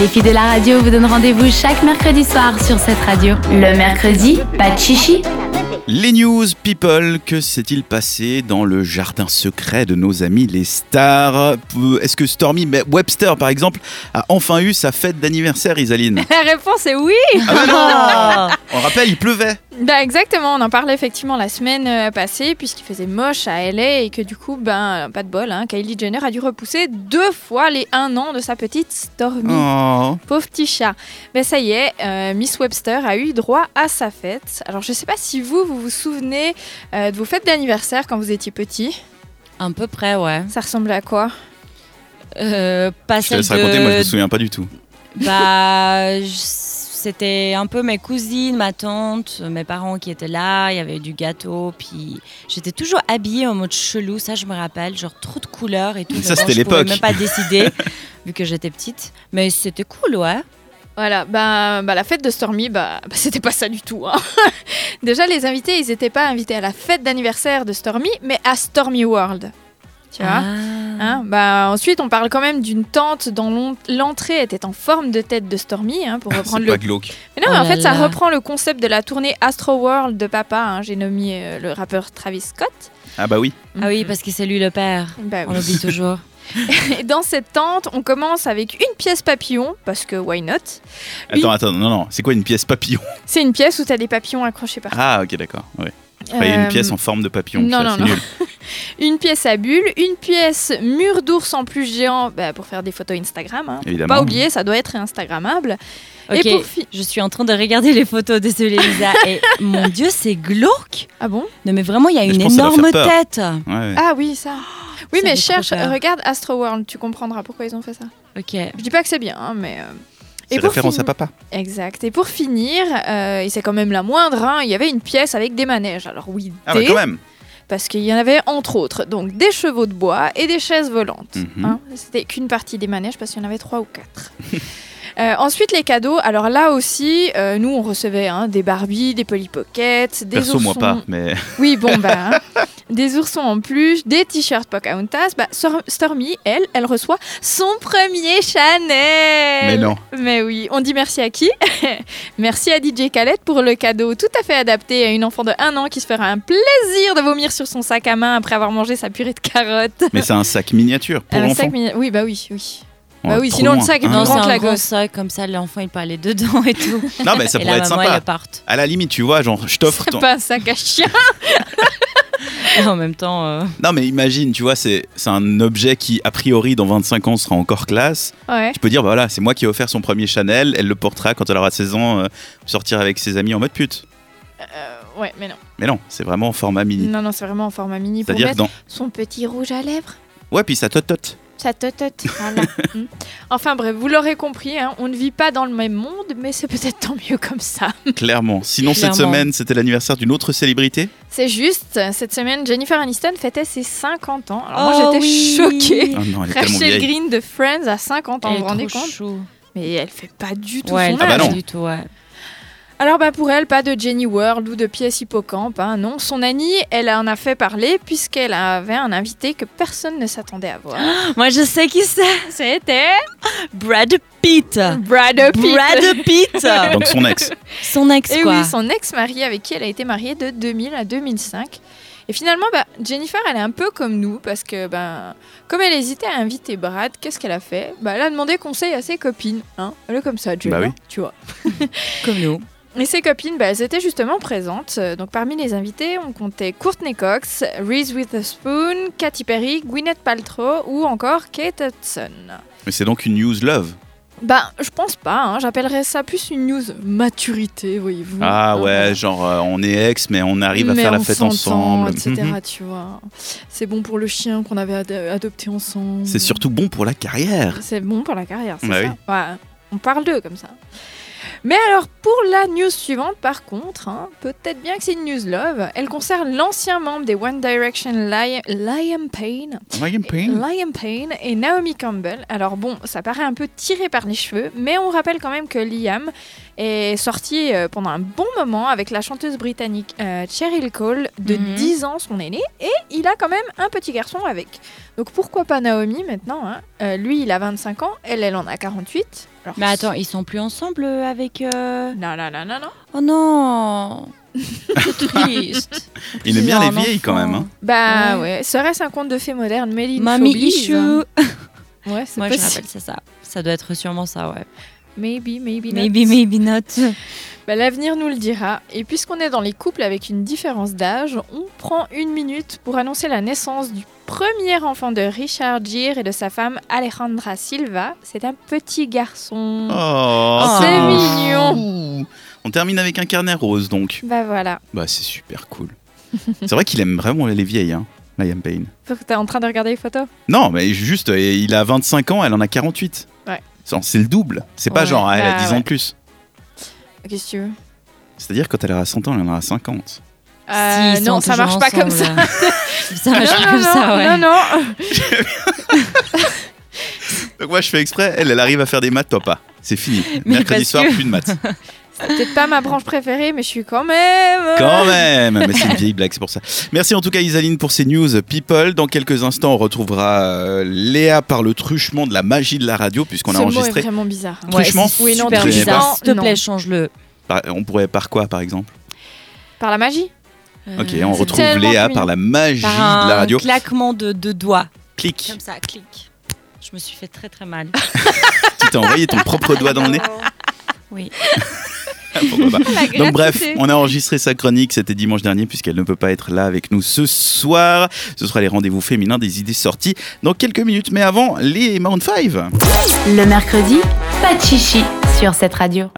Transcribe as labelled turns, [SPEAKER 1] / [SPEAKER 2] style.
[SPEAKER 1] Les filles de la radio vous donnent rendez-vous chaque mercredi soir sur cette radio. Le mercredi, pas de chichi.
[SPEAKER 2] Les news people, que s'est-il passé dans le jardin secret de nos amis les stars Euh, Est-ce que Stormy Webster, par exemple, a enfin eu sa fête d'anniversaire, Isaline
[SPEAKER 3] La réponse est oui
[SPEAKER 2] Ah bah non On rappelle, il pleuvait
[SPEAKER 3] Bah exactement, on en parlait effectivement la semaine euh, passée puisqu'il faisait moche à LA et que du coup, ben pas de bol, hein, Kylie Jenner a dû repousser deux fois les un an de sa petite Stormy.
[SPEAKER 2] Oh.
[SPEAKER 3] Pauvre petit chat. Mais ça y est, euh, Miss Webster a eu droit à sa fête. Alors je sais pas si vous, vous vous souvenez euh, de vos fêtes d'anniversaire quand vous étiez petit.
[SPEAKER 4] Un peu près, ouais.
[SPEAKER 3] Ça ressemblait à quoi
[SPEAKER 4] Euh, pas
[SPEAKER 2] Je te laisse
[SPEAKER 4] celle
[SPEAKER 2] raconter,
[SPEAKER 4] de-
[SPEAKER 2] moi je me souviens pas du tout.
[SPEAKER 4] Bah, je- c'était un peu mes cousines, ma tante, mes parents qui étaient là. Il y avait du gâteau, puis j'étais toujours habillée en mode chelou. Ça, je me rappelle, genre trop de couleurs et tout.
[SPEAKER 2] Ça,
[SPEAKER 4] Mais bon,
[SPEAKER 2] c'était
[SPEAKER 4] je pouvais
[SPEAKER 2] l'époque.
[SPEAKER 4] Même pas décider, vu que j'étais petite. Mais c'était cool, ouais.
[SPEAKER 3] Voilà, bah, bah, la fête de Stormy, bah, bah, c'était pas ça du tout. hein. Déjà, les invités, ils n'étaient pas invités à la fête d'anniversaire de Stormy, mais à Stormy World. Tu vois
[SPEAKER 4] Ah.
[SPEAKER 3] Hein, bah, ensuite, on parle quand même d'une tente dont l'on- l'entrée était en forme de tête de Stormy, hein, pour reprendre
[SPEAKER 2] C'est
[SPEAKER 3] le.
[SPEAKER 2] pas glauque.
[SPEAKER 3] Mais non,
[SPEAKER 4] Oh
[SPEAKER 3] mais en
[SPEAKER 4] là
[SPEAKER 3] fait, ça
[SPEAKER 4] là.
[SPEAKER 3] reprend le concept de la tournée Astro World de papa. hein. J'ai nommé euh, le rappeur Travis Scott.
[SPEAKER 2] Ah bah oui.
[SPEAKER 4] Ah oui, parce que c'est lui le père.
[SPEAKER 3] Bah
[SPEAKER 4] On
[SPEAKER 3] oui.
[SPEAKER 4] l'oublie toujours.
[SPEAKER 3] Et dans cette tente, on commence avec une pièce papillon, parce que why not
[SPEAKER 2] Attends, attends, non, non, c'est quoi une pièce papillon
[SPEAKER 3] C'est une pièce où t'as des papillons accrochés par
[SPEAKER 2] Ah ok, d'accord. Ouais. Enfin, Ah, il y a
[SPEAKER 3] Euh,
[SPEAKER 2] une pièce en forme de papillon.
[SPEAKER 3] non,
[SPEAKER 2] ça,
[SPEAKER 3] non,
[SPEAKER 2] c'est
[SPEAKER 3] non.
[SPEAKER 2] nul.
[SPEAKER 3] Une pièce à bulles, une pièce mur d'ours en plus géant bah, pour faire des photos Instagram. hein. Faut
[SPEAKER 2] Évidemment.
[SPEAKER 3] Pas oublier, ça doit être Instagrammable.
[SPEAKER 4] Ok,
[SPEAKER 3] Et pour fi-
[SPEAKER 4] je suis en train de regarder les photos, désolée Lisa. et mon Dieu, c'est glauque.
[SPEAKER 3] Ah bon
[SPEAKER 4] Non, mais vraiment, il y a
[SPEAKER 2] Mais je
[SPEAKER 4] une
[SPEAKER 2] pense que ça doit
[SPEAKER 4] énorme
[SPEAKER 2] faire
[SPEAKER 4] tête.
[SPEAKER 2] Ouais, ouais.
[SPEAKER 3] Ah oui, ça. Oui,
[SPEAKER 4] Ça
[SPEAKER 3] mais
[SPEAKER 4] fait trop
[SPEAKER 3] cherche,
[SPEAKER 4] peur.
[SPEAKER 3] regarde Astro World, tu comprendras pourquoi ils ont fait ça.
[SPEAKER 4] Ok.
[SPEAKER 3] Je dis pas que c'est bien, hein, mais. euh,
[SPEAKER 2] C'est
[SPEAKER 3] pour
[SPEAKER 2] référence
[SPEAKER 3] finir-
[SPEAKER 2] à papa.
[SPEAKER 3] Exact. Et pour finir, euh, et c'est quand même la moindre, hein, il y avait une pièce avec des manèges. Alors oui,
[SPEAKER 2] Ah bah
[SPEAKER 3] des,
[SPEAKER 2] quand même.
[SPEAKER 3] parce qu'il y en avait entre autres donc des chevaux de bois et des chaises volantes.
[SPEAKER 2] Mhm.
[SPEAKER 3] hein. C'était qu'une partie des manèges parce qu'il y en avait trois ou quatre. Euh, ensuite les cadeaux. Alors là aussi, euh, nous on recevait hein, des Barbie, des Polly Pocket, des
[SPEAKER 2] Perso,
[SPEAKER 3] oursons.
[SPEAKER 2] moi pas, mais
[SPEAKER 3] Oui bon bah, hein. des oursons en plus, des t-shirts Pocahontas. Bah, Sor- Stormy, elle, elle reçoit son premier Chanel.
[SPEAKER 2] mais non.
[SPEAKER 3] Mais oui, on dit merci à qui Merci à DJ Khaled pour le cadeau tout à fait adapté à une enfant de 1 an qui se fera un plaisir de vomir sur son sac à main après avoir mangé sa purée de carottes.
[SPEAKER 2] Mais c'est un sac miniature pour
[SPEAKER 3] Un sac
[SPEAKER 2] l'enfant.
[SPEAKER 3] mini- Oui, bah oui, oui.
[SPEAKER 2] On
[SPEAKER 3] Bah
[SPEAKER 2] va
[SPEAKER 3] oui,
[SPEAKER 2] trop
[SPEAKER 3] sinon le
[SPEAKER 2] loin,
[SPEAKER 3] sac est
[SPEAKER 2] hein.
[SPEAKER 4] Non,
[SPEAKER 3] grand
[SPEAKER 4] c'est
[SPEAKER 3] que la
[SPEAKER 4] un grand
[SPEAKER 3] gosse.
[SPEAKER 4] sac, comme ça l'enfant il peut aller dedans et tout.
[SPEAKER 2] Non, mais ça
[SPEAKER 4] et
[SPEAKER 2] pourrait
[SPEAKER 4] la
[SPEAKER 2] être
[SPEAKER 4] maman,
[SPEAKER 2] sympa.
[SPEAKER 4] elle parte.
[SPEAKER 2] À la limite, tu vois, genre, je t'offre ton...
[SPEAKER 3] C'est pas un sac à chien.
[SPEAKER 4] Et en même temps, euh,
[SPEAKER 2] Non, mais imagine, tu vois, c'est c'est un objet qui, a priori, dans 25 ans, sera encore classe.
[SPEAKER 3] Ouais.
[SPEAKER 2] Tu peux dire, bah voilà, c'est moi qui ai offert son premier Chanel, elle le portera quand elle aura 16 ans, euh, sortir avec ses amis en mode pute.
[SPEAKER 3] Euh, ouais, mais non.
[SPEAKER 2] Mais non, c'est vraiment en format mini.
[SPEAKER 3] Non, non, c'est vraiment en format mini pour
[SPEAKER 2] C'est-à-dire
[SPEAKER 3] Mm. mettre
[SPEAKER 2] que dans.
[SPEAKER 3] son petit rouge à lèvres.
[SPEAKER 2] Ouais, puis ça totote.
[SPEAKER 3] Ça totote. Voilà. Mm. Enfin bref, vous l'aurez compris, hein, on ne vit pas dans le même monde, mais c'est peut-être tant mieux comme ça.
[SPEAKER 2] Clairement. Sinon, cette
[SPEAKER 4] Clairement.
[SPEAKER 2] semaine, c'était l'anniversaire d'une autre célébrité.
[SPEAKER 3] C'est juste, cette semaine, Jennifer Aniston fêtait ses 50 ans. Alors moi,
[SPEAKER 4] Oh
[SPEAKER 3] j'étais
[SPEAKER 4] oui.
[SPEAKER 3] choquée.
[SPEAKER 2] Oh non, elle est tellement
[SPEAKER 3] Rachel
[SPEAKER 2] vieille.
[SPEAKER 3] Green de Friends à 50 ans,
[SPEAKER 4] elle
[SPEAKER 3] vous vous rendez
[SPEAKER 4] est trop
[SPEAKER 3] compte
[SPEAKER 4] chou.
[SPEAKER 3] Mais elle fait pas du tout
[SPEAKER 4] Ouais,
[SPEAKER 3] son
[SPEAKER 2] Ah bah
[SPEAKER 3] âge.
[SPEAKER 2] non.
[SPEAKER 4] du tout, ouais.
[SPEAKER 3] Alors bah pour elle, pas de Jenny World ou de pièce hippocampe, hein, non. Son Annie, elle en a fait parler puisqu'elle avait un invité que personne ne s'attendait à voir.
[SPEAKER 4] Moi, je sais qui c'est.
[SPEAKER 3] C'était
[SPEAKER 4] Brad Pitt.
[SPEAKER 3] Brad Pitt.
[SPEAKER 4] Brad Pitt.
[SPEAKER 2] Donc son ex.
[SPEAKER 4] Son ex,
[SPEAKER 3] Et
[SPEAKER 4] quoi.
[SPEAKER 3] Eh oui, son ex-mari avec qui elle a été mariée de 2000 à 2005. Et finalement, bah, Jennifer, elle est un peu comme nous parce que, ben, comme elle hésitait à inviter Brad, qu'est-ce qu'elle a fait bah, Elle a demandé conseil à ses copines. Hein elle est comme ça, Jennifer,
[SPEAKER 2] Bah oui.
[SPEAKER 3] tu vois.
[SPEAKER 4] Comme nous.
[SPEAKER 3] Et ses copines, bah, elles étaient justement présentes. Euh, Donc parmi les invités, on comptait Courtney Cox, Reese Witherspoon, Katy Perry, Gwyneth Paltrow ou encore Kate Hudson.
[SPEAKER 2] Mais c'est donc une news love.
[SPEAKER 3] Bah, je pense pas. hein. J'appellerais ça plus une news maturité, voyez-vous.
[SPEAKER 2] Ah
[SPEAKER 3] Hein, voilà.
[SPEAKER 2] ouais, genre, euh, on est ex, mais on arrive à
[SPEAKER 3] Mais
[SPEAKER 2] faire la
[SPEAKER 3] on
[SPEAKER 2] fête
[SPEAKER 3] s'entend,
[SPEAKER 2] ensemble.
[SPEAKER 3] etc.
[SPEAKER 2] Mhm.
[SPEAKER 3] Tu vois, c'est bon pour le chien qu'on avait ad- adopté ensemble.
[SPEAKER 2] C'est surtout bon pour la carrière.
[SPEAKER 3] C'est bon pour la carrière, c'est
[SPEAKER 2] Bah
[SPEAKER 3] ça. Ouais, on parle d'eux comme ça. Mais alors, pour la news suivante, par contre, hein, peut-être bien que c'est une news love. Elle concerne l'ancien membre des One Direction, Liam, Liam Payne.
[SPEAKER 2] Lion Payne
[SPEAKER 3] Liam Payne et Naomi Campbell. Alors bon, ça paraît un peu tiré par les cheveux, mais on rappelle quand même que Liam est sorti euh, pendant un bon moment avec la chanteuse britannique euh, Cheryl Cole, de
[SPEAKER 4] Mhm.
[SPEAKER 3] 10 ans son aîné, et il a quand même un petit garçon avec. Donc pourquoi pas Naomi maintenant hein Euh, Lui, il a 25 ans, elle, elle en a 48. Alors,
[SPEAKER 4] Mais attends, ils sont plus ensemble euh, avec. euh,
[SPEAKER 3] Non, non, non, non, non.
[SPEAKER 4] Oh non C'est triste. En plus,
[SPEAKER 2] Il aime bien
[SPEAKER 4] a
[SPEAKER 2] les
[SPEAKER 4] un
[SPEAKER 2] vieilles, quand
[SPEAKER 4] enfant.
[SPEAKER 2] même, hein.
[SPEAKER 3] Bah
[SPEAKER 4] Ouais.
[SPEAKER 3] ouais, serait-ce un conte de fées moderne, mais il
[SPEAKER 4] Mommy
[SPEAKER 3] s'oblige,
[SPEAKER 4] issue.
[SPEAKER 3] hein. Ouais, c'est
[SPEAKER 4] Moi, je
[SPEAKER 3] possible.
[SPEAKER 4] rappelle, c'est ça. Ça doit être sûrement ça, ouais.
[SPEAKER 3] Maybe, maybe, not.
[SPEAKER 4] Maybe, maybe not.
[SPEAKER 3] Bah, L'avenir nous le dira. Et puisqu'on est dans les couples avec une différence d'âge, on prend une minute pour annoncer la naissance du premier enfant de Richard Gere et de sa femme Alejandra Silva. C'est un petit garçon.
[SPEAKER 2] Oh,
[SPEAKER 4] C'est
[SPEAKER 3] mignon.
[SPEAKER 2] Ouh. On termine avec un carnet rose, donc.
[SPEAKER 3] Bah voilà.
[SPEAKER 2] Bah, c'est super cool. c'est vrai qu'il aime vraiment les vieilles, hein, Liam Payne.
[SPEAKER 3] Faut que T'es en train de regarder les photos
[SPEAKER 2] Non, mais juste, euh, il a 25 ans, elle en a 48.
[SPEAKER 3] Ouais.
[SPEAKER 2] C'est c'est le double. C'est pas
[SPEAKER 3] Ouais,
[SPEAKER 2] genre, elle a
[SPEAKER 3] bah
[SPEAKER 2] 10 ans
[SPEAKER 3] ouais.
[SPEAKER 2] de plus.
[SPEAKER 3] Qu'est-ce que tu veux
[SPEAKER 2] C'est-à-dire, quand elle aura 100 ans, elle en aura 50.
[SPEAKER 3] Euh,
[SPEAKER 4] Si, ils
[SPEAKER 3] Non,
[SPEAKER 4] sont
[SPEAKER 3] ça
[SPEAKER 4] toujours
[SPEAKER 3] marche pas comme ça.
[SPEAKER 4] ensemble. ça marche
[SPEAKER 3] non,
[SPEAKER 4] pas
[SPEAKER 3] non,
[SPEAKER 4] comme
[SPEAKER 3] non,
[SPEAKER 4] ça, ouais.
[SPEAKER 3] non, non.
[SPEAKER 2] Donc, moi, je fais exprès, elle, elle arrive à faire des maths, toi pas. C'est fini.
[SPEAKER 4] Mais
[SPEAKER 2] Mercredi
[SPEAKER 4] parce
[SPEAKER 2] soir,
[SPEAKER 4] que-
[SPEAKER 2] plus de maths.
[SPEAKER 3] C'est peut-être pas ma branche préférée, mais je suis quand même. euh,
[SPEAKER 2] Quand même Mais c'est une vieille blague, c'est pour ça. Merci en tout cas Isaline pour ces news People. Dans quelques instants, on retrouvera euh, Léa par le truchement de la magie de la radio, puisqu'on
[SPEAKER 3] Ce
[SPEAKER 2] a
[SPEAKER 3] mot est
[SPEAKER 2] enregistré.
[SPEAKER 3] vraiment bizarre. hein.
[SPEAKER 2] Ouais, Franchement,
[SPEAKER 4] oui, non,
[SPEAKER 2] super
[SPEAKER 4] super
[SPEAKER 2] bizarre.
[SPEAKER 4] bizarre. S'il te
[SPEAKER 3] Non.
[SPEAKER 4] plaît, change-le.
[SPEAKER 2] Par- on pourrait par quoi, par exemple
[SPEAKER 3] Par la magie
[SPEAKER 2] Ok,
[SPEAKER 4] Euh,
[SPEAKER 2] on
[SPEAKER 3] c'est
[SPEAKER 2] retrouve
[SPEAKER 3] tellement
[SPEAKER 2] Léa
[SPEAKER 3] mignon.
[SPEAKER 2] par la magie
[SPEAKER 4] par
[SPEAKER 2] de la
[SPEAKER 4] un
[SPEAKER 2] radio.
[SPEAKER 4] claquement de, de doigts.
[SPEAKER 2] Clic
[SPEAKER 4] Comme ça, clic. Je me suis fait très très mal.
[SPEAKER 2] Tu t'es envoyé ton propre doigt dans le nez
[SPEAKER 4] Oui.
[SPEAKER 2] Pourquoi pas
[SPEAKER 3] La
[SPEAKER 2] Donc bref,
[SPEAKER 3] gratuité.
[SPEAKER 2] on a enregistré sa chronique, c'était dimanche dernier, puisqu'elle ne peut pas être là avec nous ce soir. Ce sera les rendez-vous féminins des idées sorties dans quelques minutes. Mais avant, les Mount 5
[SPEAKER 1] Le mercredi, pas de chichi sur cette radio.